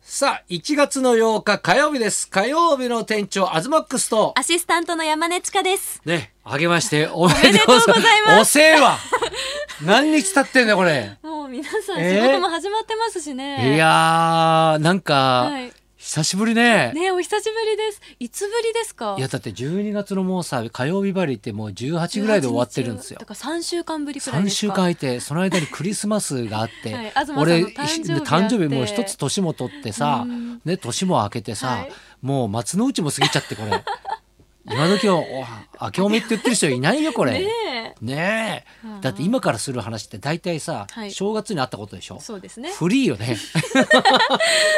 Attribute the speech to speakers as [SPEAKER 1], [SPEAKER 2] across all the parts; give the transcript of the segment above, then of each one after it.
[SPEAKER 1] さあ、1月の8日火曜日です。火曜日の店長、アズマックスと、
[SPEAKER 2] アシスタントの山根千佳です。
[SPEAKER 1] ね、あげまして、おめでとうござい
[SPEAKER 2] おめでとうござい
[SPEAKER 1] ます。
[SPEAKER 2] ます
[SPEAKER 1] おせえわ何日経ってん だよ、これ。
[SPEAKER 2] もう皆さん
[SPEAKER 1] えー
[SPEAKER 2] 仕事も始まってますしね。
[SPEAKER 1] いやー、なんか、
[SPEAKER 2] はい
[SPEAKER 1] 久しぶりね。
[SPEAKER 2] ねお久しぶりです。いつぶりですか
[SPEAKER 1] いや、だって12月のもうさ、火曜日バリってもう18ぐらいで終わってるんですよ
[SPEAKER 2] だ。から3週間ぶりくらい
[SPEAKER 1] 3
[SPEAKER 2] です
[SPEAKER 1] 週
[SPEAKER 2] か。
[SPEAKER 1] 間空いてその間にクリスマスがあって、
[SPEAKER 2] はい東さんの
[SPEAKER 1] 俺
[SPEAKER 2] 誕生日
[SPEAKER 1] ひ
[SPEAKER 2] があって
[SPEAKER 1] 誕生日もう一つ年も取ってさ、
[SPEAKER 2] うん
[SPEAKER 1] ね、年も明けてさ、
[SPEAKER 2] はい
[SPEAKER 1] もう松の内も過ぎちゃってこ れ今時はお明けおめって言ってる人いないよこれ。
[SPEAKER 2] ね
[SPEAKER 1] ねえ、
[SPEAKER 2] うん
[SPEAKER 1] だって今からする話って大体さ、
[SPEAKER 2] はい
[SPEAKER 1] 正月にあったことでしょ
[SPEAKER 2] え。そうですね。
[SPEAKER 1] フリーよ ね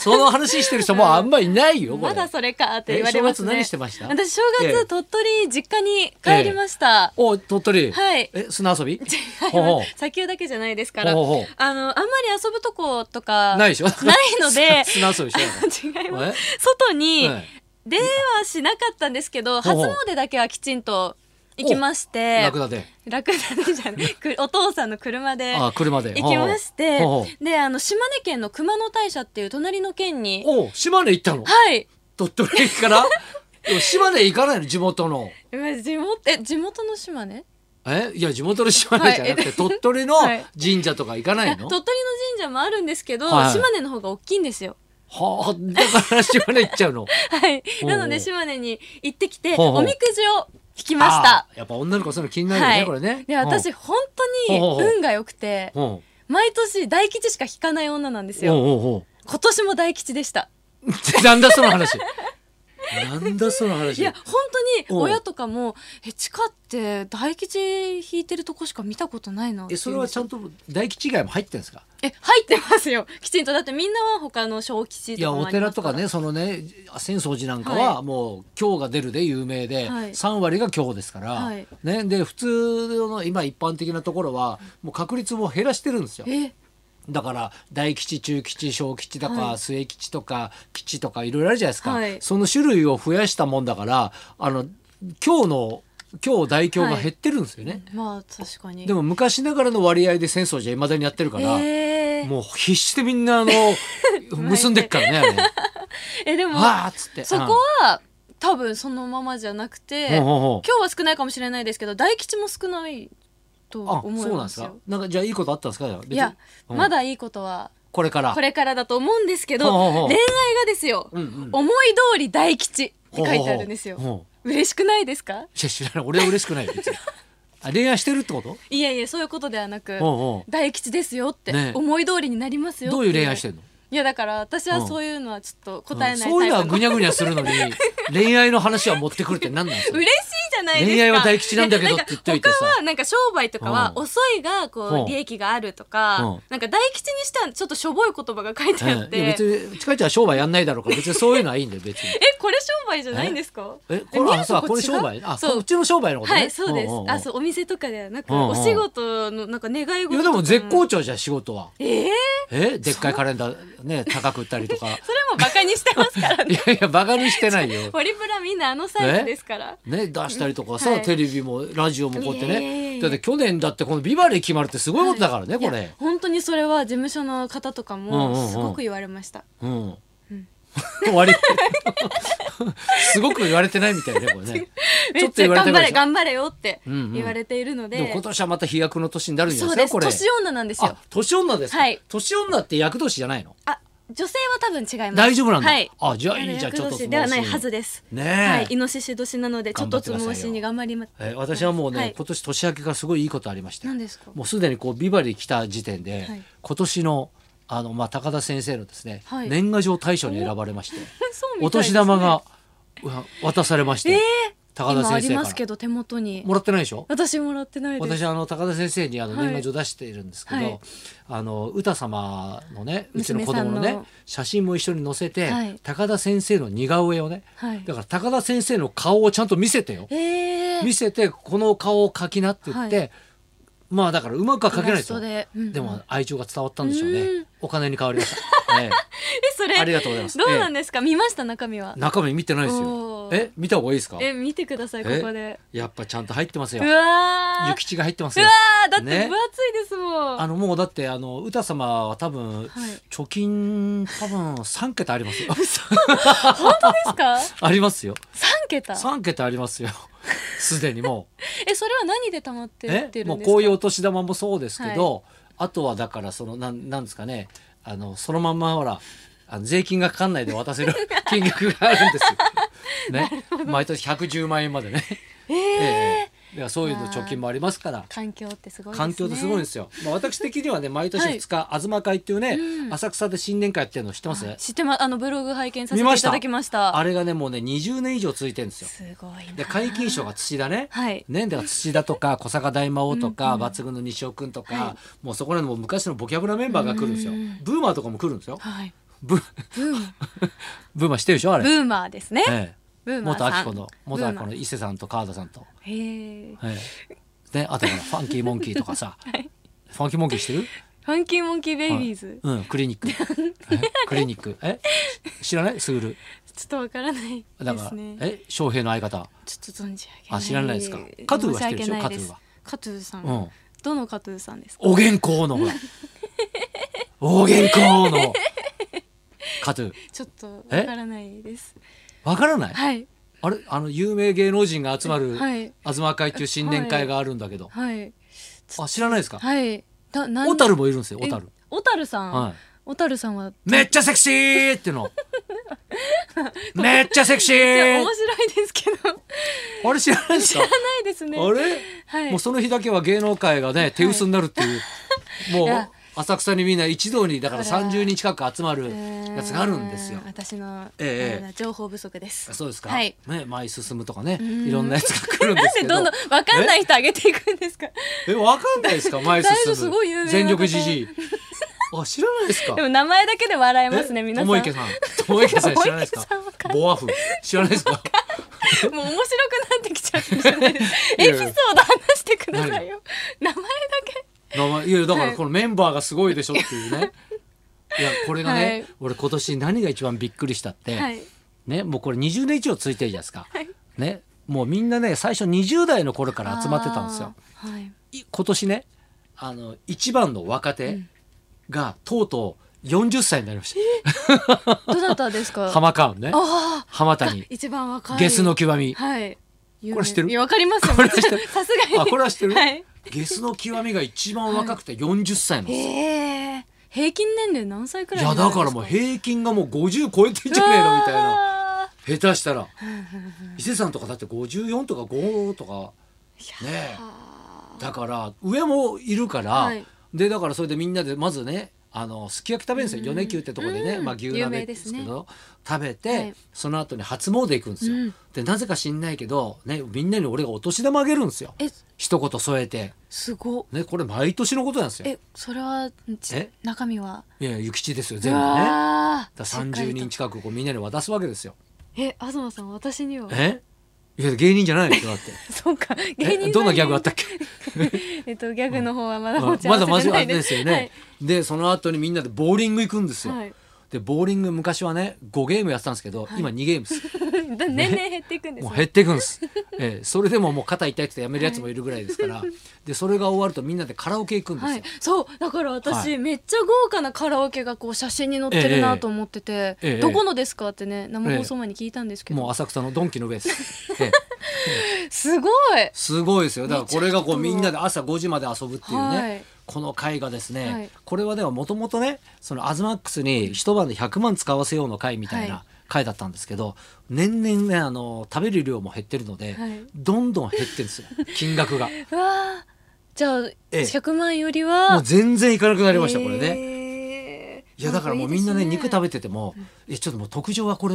[SPEAKER 1] その話してる人もあんまいないよこれ
[SPEAKER 2] まだそれかって
[SPEAKER 1] え
[SPEAKER 2] 言われ
[SPEAKER 1] 正
[SPEAKER 2] ま
[SPEAKER 1] 月
[SPEAKER 2] すね。
[SPEAKER 1] 何してました
[SPEAKER 2] 私正
[SPEAKER 1] ええ
[SPEAKER 2] 月鳥取実家に帰りました。
[SPEAKER 1] お鳥取、
[SPEAKER 2] はい。
[SPEAKER 1] え砂遊び
[SPEAKER 2] 違い
[SPEAKER 1] ほうほ
[SPEAKER 2] ま
[SPEAKER 1] う
[SPEAKER 2] す 砂丘だけじゃないですから。あ
[SPEAKER 1] ほう
[SPEAKER 2] の
[SPEAKER 1] ほう
[SPEAKER 2] あんまり遊ぶとことか
[SPEAKER 1] ないでしょ
[SPEAKER 2] ないの で
[SPEAKER 1] 砂砂遊びし
[SPEAKER 2] 違い
[SPEAKER 1] ない
[SPEAKER 2] ま
[SPEAKER 1] え
[SPEAKER 2] す。外に。
[SPEAKER 1] はい
[SPEAKER 2] ではしなかったんですけど
[SPEAKER 1] ほう
[SPEAKER 2] 初
[SPEAKER 1] ほう
[SPEAKER 2] 詣だけはきちんと行きまして
[SPEAKER 1] ラクダで。
[SPEAKER 2] ラクダでじゃない くお父さんの車で
[SPEAKER 1] あ、車で。
[SPEAKER 2] 行きまして
[SPEAKER 1] ほうほ
[SPEAKER 2] であの島根県の熊野大社っていう隣の県に
[SPEAKER 1] うおう、島根行ったの
[SPEAKER 2] はい
[SPEAKER 1] 鳥取から でも島根行かないの地元の。
[SPEAKER 2] うわ地元え地元の島根
[SPEAKER 1] えいや、地元の島根じゃなく
[SPEAKER 2] は
[SPEAKER 1] て、
[SPEAKER 2] い
[SPEAKER 1] 鳥取の
[SPEAKER 2] はい
[SPEAKER 1] 神社とか行かない
[SPEAKER 2] い
[SPEAKER 1] の
[SPEAKER 2] や鳥取の神社もあるんですけど、
[SPEAKER 1] はい
[SPEAKER 2] 島根の方が大きいんですよ
[SPEAKER 1] はあ、だから島根行っちゃう の。
[SPEAKER 2] は
[SPEAKER 1] ほ
[SPEAKER 2] い
[SPEAKER 1] うほう
[SPEAKER 2] なので島根に行ってきて
[SPEAKER 1] ほうほう
[SPEAKER 2] おみくじを引きました
[SPEAKER 1] あー。やっぱ女の子そういうの気になるよね、
[SPEAKER 2] はい
[SPEAKER 1] これね。
[SPEAKER 2] で私本当
[SPEAKER 1] ほうほうほ
[SPEAKER 2] に
[SPEAKER 1] う
[SPEAKER 2] 運が良くて
[SPEAKER 1] うん。うん。
[SPEAKER 2] 毎年大吉しか引かない女なんです
[SPEAKER 1] おう
[SPEAKER 2] よ
[SPEAKER 1] おうおう。
[SPEAKER 2] 今年も大吉でした
[SPEAKER 1] なんだその話。なんだその話。
[SPEAKER 2] いや本当
[SPEAKER 1] おう
[SPEAKER 2] に親とかも「え地下って大吉引いてるとこしか見たことないな」って
[SPEAKER 1] え、それはちゃんと大吉以外も入ってるんですか
[SPEAKER 2] え入ってますよ きちんとだってみんなは他の小吉
[SPEAKER 1] い
[SPEAKER 2] とか
[SPEAKER 1] や
[SPEAKER 2] も
[SPEAKER 1] お
[SPEAKER 2] ありま
[SPEAKER 1] 寺
[SPEAKER 2] す
[SPEAKER 1] と
[SPEAKER 2] から
[SPEAKER 1] かねそのね浅草寺なんか
[SPEAKER 2] は
[SPEAKER 1] はいもう今日が出るで有名で、
[SPEAKER 2] はい
[SPEAKER 1] 3割が今日ですから、
[SPEAKER 2] はい
[SPEAKER 1] ね、で普通の今一般的なところはもう確率も減らしてるんですよ
[SPEAKER 2] え
[SPEAKER 1] だから大吉中吉小吉だか、
[SPEAKER 2] はい
[SPEAKER 1] 末吉とか吉とかいろいろあるじゃないですか、
[SPEAKER 2] はい
[SPEAKER 1] その種類を増やしたもんだからあの今日の今日大凶が減ってるんですよね、
[SPEAKER 2] まあ確かに
[SPEAKER 1] でも昔ながらの割合で浅草寺はいまだにやってるから、
[SPEAKER 2] えー
[SPEAKER 1] もう必死でみん なあの結んでっからねあれ
[SPEAKER 2] えでも
[SPEAKER 1] わーっつって
[SPEAKER 2] そこは多分そのままじゃなくて
[SPEAKER 1] ほう
[SPEAKER 2] 今
[SPEAKER 1] ほうほう
[SPEAKER 2] 日は少ないかもしれないですけど大吉も少ないと
[SPEAKER 1] あ
[SPEAKER 2] 思い
[SPEAKER 1] そうなん
[SPEAKER 2] ま
[SPEAKER 1] ですすか
[SPEAKER 2] よ。
[SPEAKER 1] なんかじゃあいいことあったんですかじゃあ別に
[SPEAKER 2] いや、
[SPEAKER 1] うん
[SPEAKER 2] まだいいことは
[SPEAKER 1] これから
[SPEAKER 2] これからだと思うんですけ
[SPEAKER 1] ほ
[SPEAKER 2] ど
[SPEAKER 1] うほうほう
[SPEAKER 2] 恋愛がですよ、
[SPEAKER 1] うんうん
[SPEAKER 2] 思い通り大吉って書いてあるんですよ。
[SPEAKER 1] ほうほうほ
[SPEAKER 2] 嬉しくないですか
[SPEAKER 1] ういや知らない俺は嬉しくないよ別にあ恋愛してるってこと
[SPEAKER 2] いやいやそういうことではな
[SPEAKER 1] ほ
[SPEAKER 2] く
[SPEAKER 1] うほう
[SPEAKER 2] 大吉ですよっ
[SPEAKER 1] ね
[SPEAKER 2] て思い通りになりますよ
[SPEAKER 1] どういう恋愛して
[SPEAKER 2] る
[SPEAKER 1] んの
[SPEAKER 2] いやだから私
[SPEAKER 1] うん
[SPEAKER 2] はそういうのはちょっと答えないタイ
[SPEAKER 1] そういう
[SPEAKER 2] プ
[SPEAKER 1] の
[SPEAKER 2] の、
[SPEAKER 1] はぐにゃぐにゃするのに恋愛の話は持ってくるって何なんですか
[SPEAKER 2] 嬉しいじゃないですか
[SPEAKER 1] 恋愛は大吉なんだけどって言っといてさ
[SPEAKER 2] なんか他はなんか商売とかは
[SPEAKER 1] うん
[SPEAKER 2] 遅いが
[SPEAKER 1] う
[SPEAKER 2] こ
[SPEAKER 1] ん
[SPEAKER 2] う利益があるとか、
[SPEAKER 1] うん
[SPEAKER 2] なんか大吉にしてはちょっとしょぼい言葉が書いてあっ
[SPEAKER 1] うん
[SPEAKER 2] て、
[SPEAKER 1] いや
[SPEAKER 2] え
[SPEAKER 1] 別に近いちゃんは商売やんないだろうから別にそういうのはいいんだよ別に
[SPEAKER 2] これ商売じゃないんですか
[SPEAKER 1] えこれは
[SPEAKER 2] さ
[SPEAKER 1] さこれ商売あ
[SPEAKER 2] そ
[SPEAKER 1] こ
[SPEAKER 2] う
[SPEAKER 1] っちの商売のことね
[SPEAKER 2] はいそうです、
[SPEAKER 1] んんん
[SPEAKER 2] あそうお店とかではなく、
[SPEAKER 1] うんうん
[SPEAKER 2] お仕事のなんか願い事と
[SPEAKER 1] い
[SPEAKER 2] か
[SPEAKER 1] やでも絶好調じゃん仕事は
[SPEAKER 2] ええ
[SPEAKER 1] えでっかいカレンダーね高く売ったりとか
[SPEAKER 2] それもバカにしてます から
[SPEAKER 1] い
[SPEAKER 2] ね
[SPEAKER 1] やいやバカにしてないよ
[SPEAKER 2] ホリプラみんなあのサイズですから
[SPEAKER 1] ね、出したりとかさ、
[SPEAKER 2] はい
[SPEAKER 1] テレビもラジオもこうやって
[SPEAKER 2] いえいえい
[SPEAKER 1] ね
[SPEAKER 2] え
[SPEAKER 1] だって去年だってこの「ビバで決まるってすごいことだからね、
[SPEAKER 2] い
[SPEAKER 1] こ
[SPEAKER 2] や
[SPEAKER 1] れ。
[SPEAKER 2] 本当にそれは事務所の方とか
[SPEAKER 1] うんうんうん
[SPEAKER 2] もすごく言われました、
[SPEAKER 1] うん
[SPEAKER 2] うん
[SPEAKER 1] 終わりすごく言われてないみたいねこれね。ちょっと言われたぐ
[SPEAKER 2] 頑張
[SPEAKER 1] らい
[SPEAKER 2] れ
[SPEAKER 1] でしょ
[SPEAKER 2] 頑張れよって
[SPEAKER 1] うんうん
[SPEAKER 2] 言われているので、
[SPEAKER 1] でも今年はまた飛躍の年になるんじゃ
[SPEAKER 2] そ
[SPEAKER 1] な
[SPEAKER 2] う
[SPEAKER 1] いで
[SPEAKER 2] ですす
[SPEAKER 1] かこれ。
[SPEAKER 2] 年女なんですよ
[SPEAKER 1] あ年女ですか、
[SPEAKER 2] はい
[SPEAKER 1] 年女って役年じゃないの
[SPEAKER 2] あ女性は多分違います
[SPEAKER 1] 大丈夫なんだ、
[SPEAKER 2] はい
[SPEAKER 1] あじゃあいいじゃんちょっと
[SPEAKER 2] 厄年ではないはずです
[SPEAKER 1] ねえ、
[SPEAKER 2] はいイノシシ年なのでちょっとつ
[SPEAKER 1] 頑張ってくだ
[SPEAKER 2] も
[SPEAKER 1] さいよ
[SPEAKER 2] しに頑張ります
[SPEAKER 1] えー私はもうね、
[SPEAKER 2] はい
[SPEAKER 1] 今年年明けからすごいいいことありましたよ
[SPEAKER 2] 何ですか
[SPEAKER 1] もうすでにこうビバリー来た時点で、
[SPEAKER 2] はい
[SPEAKER 1] 今年のあの、まあ、高田先生のですね、
[SPEAKER 2] はい
[SPEAKER 1] 年賀状大賞に選ばれまして
[SPEAKER 2] そうみたいですね
[SPEAKER 1] お年玉がうわ渡されまして、
[SPEAKER 2] えー
[SPEAKER 1] 高田
[SPEAKER 2] 今あ
[SPEAKER 1] 先
[SPEAKER 2] り
[SPEAKER 1] 生か
[SPEAKER 2] ますけ
[SPEAKER 1] ら
[SPEAKER 2] ど手元に
[SPEAKER 1] もらってないでしょ
[SPEAKER 2] 私もらってないです
[SPEAKER 1] 私あの高田先生にあの
[SPEAKER 2] はい
[SPEAKER 1] 年賀状出しているんですけど、
[SPEAKER 2] はい
[SPEAKER 1] あの歌様のねうちの子
[SPEAKER 2] 娘さ
[SPEAKER 1] 供
[SPEAKER 2] ん
[SPEAKER 1] の
[SPEAKER 2] の
[SPEAKER 1] ね写真も一緒に載せて、
[SPEAKER 2] はい
[SPEAKER 1] 高田先生の似顔絵をね
[SPEAKER 2] はい
[SPEAKER 1] だから高田先生の顔をちゃんと見せてよ。
[SPEAKER 2] えー
[SPEAKER 1] 見せてこの顔を描きなって言って、
[SPEAKER 2] は
[SPEAKER 1] まあだからうまくは描けないですよ
[SPEAKER 2] イラスト
[SPEAKER 1] で,、
[SPEAKER 2] でうんうん
[SPEAKER 1] も愛情が伝わったんでしょうね、
[SPEAKER 2] うん
[SPEAKER 1] お金に変わ りました、え
[SPEAKER 2] えそれ
[SPEAKER 1] えありがとうございます
[SPEAKER 2] どうなんですか、見ました中身は
[SPEAKER 1] え中身見てないですよ
[SPEAKER 2] およ
[SPEAKER 1] え見た方がいいですか
[SPEAKER 2] え見てくださいこ
[SPEAKER 1] え
[SPEAKER 2] こで
[SPEAKER 1] やっぱちゃんと入ってますよ
[SPEAKER 2] うわー
[SPEAKER 1] 諭吉が入ってます
[SPEAKER 2] う
[SPEAKER 1] よ
[SPEAKER 2] わーだって
[SPEAKER 1] ね
[SPEAKER 2] 分厚いですもん、
[SPEAKER 1] あのもうだってあの歌様は多分
[SPEAKER 2] はい
[SPEAKER 1] 貯金多分三桁ありますよ
[SPEAKER 2] 本当です か
[SPEAKER 1] ありますよ
[SPEAKER 2] 三桁
[SPEAKER 1] 三桁ありますよすでにも
[SPEAKER 2] えそれは何で貯まって
[SPEAKER 1] う
[SPEAKER 2] っ
[SPEAKER 1] ね
[SPEAKER 2] てる
[SPEAKER 1] も
[SPEAKER 2] ん
[SPEAKER 1] う
[SPEAKER 2] ですか
[SPEAKER 1] こういうお年玉もそうですけど、あとはだからそのなんなんですかねあのそのまんまほらあの税金がかかんないで渡せ る金額があるんですよ。ね、毎年110万円までね、
[SPEAKER 2] え
[SPEAKER 1] え
[SPEAKER 2] え
[SPEAKER 1] えだからそういうの貯金もありますから
[SPEAKER 2] 環境ってすごいです
[SPEAKER 1] 環
[SPEAKER 2] ね
[SPEAKER 1] 境ってすごいんですすよ。まあ、私的にはね、毎年
[SPEAKER 2] はい
[SPEAKER 1] 2日、東会っていうね、
[SPEAKER 2] うん
[SPEAKER 1] 浅草で新年会やってるの知ってます、
[SPEAKER 2] 知ってますあのブログ拝見させ
[SPEAKER 1] 見
[SPEAKER 2] て
[SPEAKER 1] ま
[SPEAKER 2] い
[SPEAKER 1] した
[SPEAKER 2] ただきました
[SPEAKER 1] あれがね、もうね、20年以上続いてるんですよ。
[SPEAKER 2] すごいな
[SPEAKER 1] で、皆勤賞が土田ね。
[SPEAKER 2] はい
[SPEAKER 1] 年では土田とか小坂大魔王と
[SPEAKER 2] うん
[SPEAKER 1] か、
[SPEAKER 2] うん
[SPEAKER 1] 抜群の西尾くんとか、
[SPEAKER 2] は
[SPEAKER 1] もうそこらのもう昔のボキャブラメンバーが来るんですよ、
[SPEAKER 2] うん
[SPEAKER 1] ブーマーとかも来るんですよ
[SPEAKER 2] はい
[SPEAKER 1] ブ
[SPEAKER 2] ブーム
[SPEAKER 1] ブーマーしてるでしょあ
[SPEAKER 2] ブ
[SPEAKER 1] れ、
[SPEAKER 2] ーマーですね
[SPEAKER 1] ええ
[SPEAKER 2] ブーマー
[SPEAKER 1] 元明
[SPEAKER 2] さん
[SPEAKER 1] 子の元明子
[SPEAKER 2] ブーマ
[SPEAKER 1] の伊勢さんと川田さんと、
[SPEAKER 2] ーへえ
[SPEAKER 1] ええであとほらファンキーモンキーとか さ、ファンキーモンキーしてる
[SPEAKER 2] ファンキーモンキーベイビーズ、
[SPEAKER 1] うん、クリニック。えクリニック。え知らないスグル。
[SPEAKER 2] ちょっとわからない
[SPEAKER 1] だ
[SPEAKER 2] で
[SPEAKER 1] から、
[SPEAKER 2] すね
[SPEAKER 1] え翔平の相方。
[SPEAKER 2] ちょっと存じ上げない
[SPEAKER 1] あ知らないですかカトゥーは知ってるでしょ
[SPEAKER 2] 申訳ないす
[SPEAKER 1] カトゥーは
[SPEAKER 2] カトゥーさん、
[SPEAKER 1] うん。
[SPEAKER 2] どのカトゥーさんですか
[SPEAKER 1] お原稿 のほら。お原稿の。カトゥー。
[SPEAKER 2] ちょっとわからないです
[SPEAKER 1] わからない、
[SPEAKER 2] はい
[SPEAKER 1] あれあの、有名芸能人が集まる、
[SPEAKER 2] はい
[SPEAKER 1] 東会っていう新年会があるんだけど。
[SPEAKER 2] はい
[SPEAKER 1] あ、知らないですか
[SPEAKER 2] はいだなん
[SPEAKER 1] 小樽もいるんですよ、小樽
[SPEAKER 2] え。小樽さん、
[SPEAKER 1] は。
[SPEAKER 2] 小樽さんはい
[SPEAKER 1] めっちゃセクシーっていう の。めっちゃセクシー
[SPEAKER 2] 面白いですけど
[SPEAKER 1] あれ知らないですか
[SPEAKER 2] ないですね
[SPEAKER 1] あれ
[SPEAKER 2] はい
[SPEAKER 1] もうその日だけは芸能界がね手薄になるっていう、
[SPEAKER 2] い
[SPEAKER 1] もう
[SPEAKER 2] や
[SPEAKER 1] 浅草にみんな一堂にだから
[SPEAKER 2] ほら
[SPEAKER 1] 30人近く集まる
[SPEAKER 2] うーん
[SPEAKER 1] やつがあるんですよ。
[SPEAKER 2] 私の、
[SPEAKER 1] ええ
[SPEAKER 2] まだ情報不足です
[SPEAKER 1] そうですか、
[SPEAKER 2] はい
[SPEAKER 1] ね、前進むとかね
[SPEAKER 2] ん
[SPEAKER 1] いろんなやつが来るんです
[SPEAKER 2] で
[SPEAKER 1] けど
[SPEAKER 2] どんどんわかん ない人上げていくんですか
[SPEAKER 1] えわかんないですか前進
[SPEAKER 2] だいぶ
[SPEAKER 1] む
[SPEAKER 2] すごい有名な方
[SPEAKER 1] 全力じじ いあ知らないですか
[SPEAKER 2] でも名前だけで笑えますね
[SPEAKER 1] え
[SPEAKER 2] 皆さん
[SPEAKER 1] 友池さん友池さん知らないですか
[SPEAKER 2] 友池さんわかん
[SPEAKER 1] ボアフ知らないですか
[SPEAKER 2] もう面白くなってきちゃってるじゃないですか
[SPEAKER 1] いや
[SPEAKER 2] エ
[SPEAKER 1] い
[SPEAKER 2] ピ
[SPEAKER 1] や
[SPEAKER 2] ソード話してくださいよ名前だけ
[SPEAKER 1] 名前いやだか
[SPEAKER 2] は
[SPEAKER 1] ら
[SPEAKER 2] い
[SPEAKER 1] このメンバーがすごいでしょっていう ね、い、やこれがね、
[SPEAKER 2] はい
[SPEAKER 1] 俺今年何が一番びっくりしたって、
[SPEAKER 2] はい
[SPEAKER 1] ね、もうこれ20年以上続いてるじゃないですか、
[SPEAKER 2] はい
[SPEAKER 1] ね、もうみんなね最初20代の頃から集まってたんですよ。
[SPEAKER 2] あーはい
[SPEAKER 1] い今年ねあの一番の若手がとうとう40歳になりまし
[SPEAKER 2] どなたです
[SPEAKER 1] た
[SPEAKER 2] か
[SPEAKER 1] 浜川ね
[SPEAKER 2] ああ
[SPEAKER 1] 浜谷
[SPEAKER 2] 一番若い
[SPEAKER 1] ゲスの極み、
[SPEAKER 2] はい有名
[SPEAKER 1] これ知ってる
[SPEAKER 2] いやわかりますよ
[SPEAKER 1] これ知ってる
[SPEAKER 2] さすがに
[SPEAKER 1] あこれは知ってる
[SPEAKER 2] はい
[SPEAKER 1] ゲスの極みが一番若くて40歳なん
[SPEAKER 2] へ
[SPEAKER 1] ですよ、
[SPEAKER 2] え平均年齢何歳くらい
[SPEAKER 1] いやだからもう平均がもう50超えてんじゃねえのみたいな
[SPEAKER 2] な
[SPEAKER 1] 下手したら伊勢さんとかだって54とか5とかねえだから上もいるから、
[SPEAKER 2] はい
[SPEAKER 1] でだからそれでみんなでまずねあのすき焼き食べるんですよ米久ってとこでね、
[SPEAKER 2] うん
[SPEAKER 1] まあ、牛
[SPEAKER 2] 有
[SPEAKER 1] 鍋
[SPEAKER 2] 名
[SPEAKER 1] で
[SPEAKER 2] ですす
[SPEAKER 1] け
[SPEAKER 2] ね
[SPEAKER 1] ど食べて、
[SPEAKER 2] はい
[SPEAKER 1] その後に初詣行くんですよ、
[SPEAKER 2] うん
[SPEAKER 1] でなぜか知んないけど、ね、みんなに俺がお年玉あげるんですよ
[SPEAKER 2] え
[SPEAKER 1] 一言添えて、
[SPEAKER 2] すご
[SPEAKER 1] ね、これ毎年のことなんですよ
[SPEAKER 2] えそれはち
[SPEAKER 1] え
[SPEAKER 2] 中身はい
[SPEAKER 1] や諭吉ですよ全部
[SPEAKER 2] う
[SPEAKER 1] ねだか
[SPEAKER 2] わー
[SPEAKER 1] ら
[SPEAKER 2] しっか
[SPEAKER 1] 30
[SPEAKER 2] りと
[SPEAKER 1] 人近くこうみんなに渡すわけですよ
[SPEAKER 2] え東さん私には
[SPEAKER 1] えいや芸人じゃないでしょだ って
[SPEAKER 2] そうか芸人さ
[SPEAKER 1] え
[SPEAKER 2] ん
[SPEAKER 1] どんなギャグあったっけ
[SPEAKER 2] えっとギャグの方はまだ持
[SPEAKER 1] ま
[SPEAKER 2] ち合わ
[SPEAKER 1] だま
[SPEAKER 2] せてな
[SPEAKER 1] だ
[SPEAKER 2] い
[SPEAKER 1] ですよね、でその後にみんなでボーリング行くんですよ、
[SPEAKER 2] はい、はい
[SPEAKER 1] でボーリング昔はね5ゲームやってたんですけど、今2ゲームです
[SPEAKER 2] だ 年々減っていくんです
[SPEAKER 1] も
[SPEAKER 2] ね
[SPEAKER 1] う減っていくん です、ええそれでももう肩痛いってやめるやつもいるぐらいですから、でそれが終わるとみんなでカラオケ行くんですよ、
[SPEAKER 2] はい、そうだから私、
[SPEAKER 1] はい
[SPEAKER 2] めっちゃ豪華なカラオケがこう写真に載ってるなと思ってて、
[SPEAKER 1] ええええ
[SPEAKER 2] どこのですかってね生放送前に聞いたんですけ
[SPEAKER 1] もう
[SPEAKER 2] ど、
[SPEAKER 1] 浅草のドンキの上です、ええ
[SPEAKER 2] すごい
[SPEAKER 1] すごいですよだからこれがこう
[SPEAKER 2] めちゃくちゃ
[SPEAKER 1] みんなで朝5時まで遊ぶっていうね、
[SPEAKER 2] はい
[SPEAKER 1] この会がですね、
[SPEAKER 2] はい
[SPEAKER 1] これはではもともとねそのアズマックスに一晩で100万使わせようの会みたい
[SPEAKER 2] は
[SPEAKER 1] ない会だったんですけど年々ねあの食べる量も減ってるので、
[SPEAKER 2] はい
[SPEAKER 1] どんどん減ってるんです よ金額が。
[SPEAKER 2] うわーじゃあ、
[SPEAKER 1] え
[SPEAKER 2] 100万より
[SPEAKER 1] も
[SPEAKER 2] は
[SPEAKER 1] う全然いかなくなりました、これね。
[SPEAKER 2] ね
[SPEAKER 1] いやだからもうみんなね肉食べてても「えちょっともう特上はこれ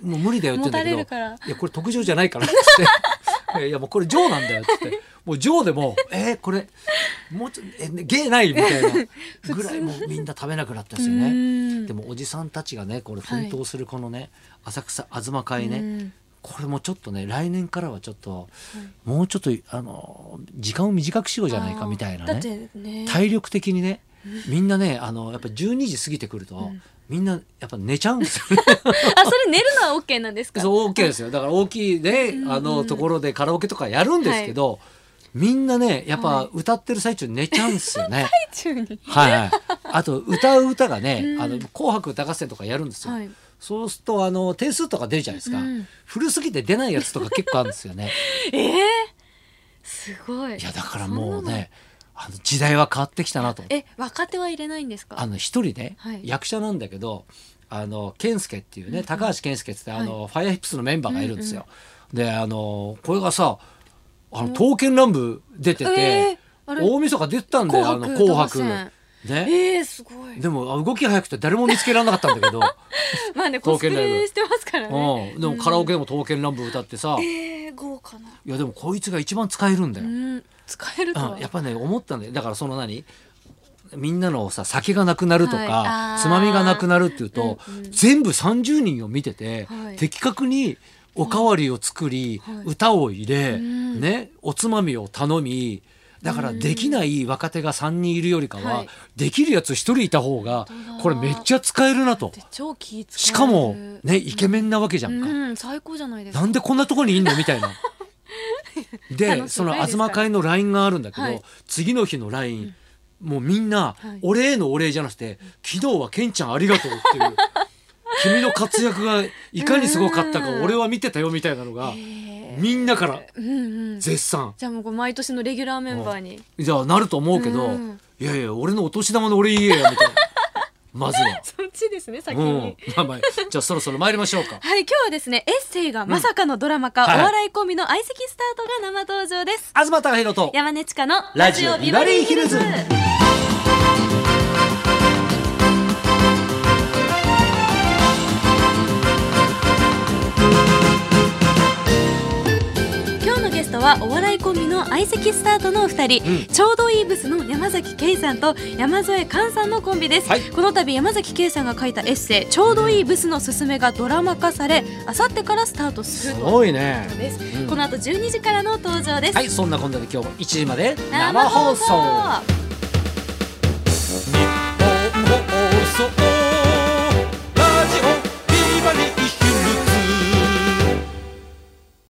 [SPEAKER 1] もう無理だよ」って言うんだけど「
[SPEAKER 2] 持たれるから
[SPEAKER 1] いやこれ特上じゃないから」っつって「い やもうこれ上なんだよ」っつってもう上でも「えーこれもうちょっとえ芸ない」みたい なぐらいもうみんな食べなくなったんですよ
[SPEAKER 2] う
[SPEAKER 1] ね。
[SPEAKER 2] ん
[SPEAKER 1] でもおじさんたちがねこれ奮闘するこのね浅草東会
[SPEAKER 2] う
[SPEAKER 1] ね
[SPEAKER 2] ん
[SPEAKER 1] これもちょっとね来年からはちょっともうちょっとあの時間を短くしようじゃないかみたいなね。
[SPEAKER 2] あーだってね
[SPEAKER 1] 体力的にねみんなねあのやっぱ12時過ぎてくると、みんなやっぱ寝ちゃうんです よね。
[SPEAKER 2] あ、それ寝るのは OK なんですか
[SPEAKER 1] そう OK ですよだから大きいねあのところでカラオケとかやるんですけど、みんなねやっぱ歌ってる最中に寝ちゃうんですよ ね。
[SPEAKER 2] 中に。
[SPEAKER 1] はいはい、あと歌う歌がね「
[SPEAKER 2] うん
[SPEAKER 1] あの紅白歌合戦」とかやるんですよ。
[SPEAKER 2] はい。
[SPEAKER 1] そうするとあの点数とか出るじゃないですか、
[SPEAKER 2] うん
[SPEAKER 1] 古すぎて出ないやつとか結構あるんですよね
[SPEAKER 2] ええすごい。
[SPEAKER 1] いやだからも うねあの時代は変わってきたなと思って
[SPEAKER 2] え、若手は入れないんですか
[SPEAKER 1] あの一人ね、
[SPEAKER 2] はい
[SPEAKER 1] 役者なんだけどあの健介っていうね、高橋健介ってあの、ファイアーヒップスのメンバーがいるんですよ、であのこれがさあの刀剣乱舞出てて、
[SPEAKER 2] えーあれ
[SPEAKER 1] 大晦日出てたんだよあの紅
[SPEAKER 2] 紅
[SPEAKER 1] 白
[SPEAKER 2] 白
[SPEAKER 1] ね
[SPEAKER 2] えー、すごい。
[SPEAKER 1] でもあ動き早くて誰も見つけられなかったんだけ ど、
[SPEAKER 2] まあね、コ
[SPEAKER 1] 刀
[SPEAKER 2] スプ
[SPEAKER 1] 剣ライブ
[SPEAKER 2] レしてますからね。
[SPEAKER 1] うん、でもカラオケでも刀剣乱舞歌ってさ、
[SPEAKER 2] うん。
[SPEAKER 1] い
[SPEAKER 2] えー、豪華な。
[SPEAKER 1] やでもこいつが一番使えるんだ
[SPEAKER 2] う
[SPEAKER 1] よ、
[SPEAKER 2] ん、使えると
[SPEAKER 1] う
[SPEAKER 2] は
[SPEAKER 1] ん、やっぱね思ったんだよだからその何みんなのさ酒がなくなるとか、
[SPEAKER 2] はいあー
[SPEAKER 1] つまみがなくなるっていうと、
[SPEAKER 2] うんうん
[SPEAKER 1] 全部30人を見てて、
[SPEAKER 2] はい
[SPEAKER 1] 的確におかわりを作り、
[SPEAKER 2] はい
[SPEAKER 1] 歌を入れ、
[SPEAKER 2] うん
[SPEAKER 1] ね、おつまみを頼みだからできない若手が3人いるよりかは、
[SPEAKER 2] はい
[SPEAKER 1] できるやつ1人いた方が
[SPEAKER 2] 本当だ
[SPEAKER 1] これめっちゃ使えるなと
[SPEAKER 2] で超気使
[SPEAKER 1] しかも、ね、イケメンなわけじゃ
[SPEAKER 2] うん
[SPEAKER 1] か。
[SPEAKER 2] ん、最高じゃないで す
[SPEAKER 1] な
[SPEAKER 2] か。
[SPEAKER 1] んでこんなとこにいんのみたい な。
[SPEAKER 2] 楽しい
[SPEAKER 1] で
[SPEAKER 2] です
[SPEAKER 1] その
[SPEAKER 2] から
[SPEAKER 1] 東会の LINE があるんだけど、
[SPEAKER 2] はい
[SPEAKER 1] 次の日の LINE、もうみんな、
[SPEAKER 2] はい
[SPEAKER 1] お礼のお礼じゃなくて「昨日はケンちゃんありがとう」って いう君の活躍がいかにすごかったか
[SPEAKER 2] うん
[SPEAKER 1] 俺は見てたよみたいなのが
[SPEAKER 2] えー
[SPEAKER 1] みんなから
[SPEAKER 2] うんうん。じ
[SPEAKER 1] 絶賛
[SPEAKER 2] ゃあもうこう毎年のレギュラーメンバーに。
[SPEAKER 1] じゃあなると思うけど、
[SPEAKER 2] うん
[SPEAKER 1] いやいや俺のお年玉の俺言えやみたいな まずは。
[SPEAKER 2] そっちですね、先
[SPEAKER 1] う
[SPEAKER 2] に
[SPEAKER 1] ん。、まあまあじゃあそろそろ参りましょうか。
[SPEAKER 2] はい、今日はですね、エッセイがまさかのドラマ
[SPEAKER 1] う
[SPEAKER 2] 化、
[SPEAKER 1] んはい
[SPEAKER 2] お笑い込みの相席スタートが生登場です。
[SPEAKER 1] 東貴博と
[SPEAKER 2] 山根千佳の
[SPEAKER 1] ラジオビバリーヒルズ
[SPEAKER 2] 今日のゲストはお笑いコンビの相席スタートのお二人、
[SPEAKER 1] うん
[SPEAKER 2] ちょうどイーブスの山崎圭さんと山添寛さんのコンビです、
[SPEAKER 1] はい
[SPEAKER 2] この度山崎圭さんが書いたエッセイ「ちょうどいいブスのすすめ」がドラマ化されあさってからスタートす
[SPEAKER 1] す
[SPEAKER 2] ると
[SPEAKER 1] ごいね。
[SPEAKER 2] です、
[SPEAKER 1] うん
[SPEAKER 2] この後12時からの登場です、
[SPEAKER 1] はい、そんなこんなで今日も1時まで生放送。日本放送